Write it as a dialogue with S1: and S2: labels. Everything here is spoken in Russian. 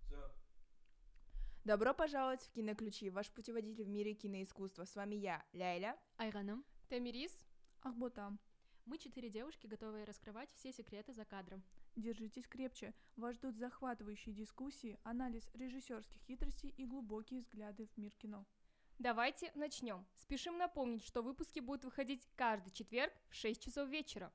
S1: Все.
S2: Добро пожаловать в Киноключи, ваш путеводитель в мире киноискусства. С вами я, Ляйля.
S3: Айганом.
S4: Тамирис?
S5: Ахбота,
S3: Мы четыре девушки, готовые раскрывать все секреты за кадром.
S5: держитесь крепче. Вас ждут захватывающие дискуссии, анализ режиссерских хитростей и глубокие взгляды в мир кино.
S4: Давайте начнем. Спешим напомнить, что выпуски будут выходить каждый четверг в 6 часов вечера.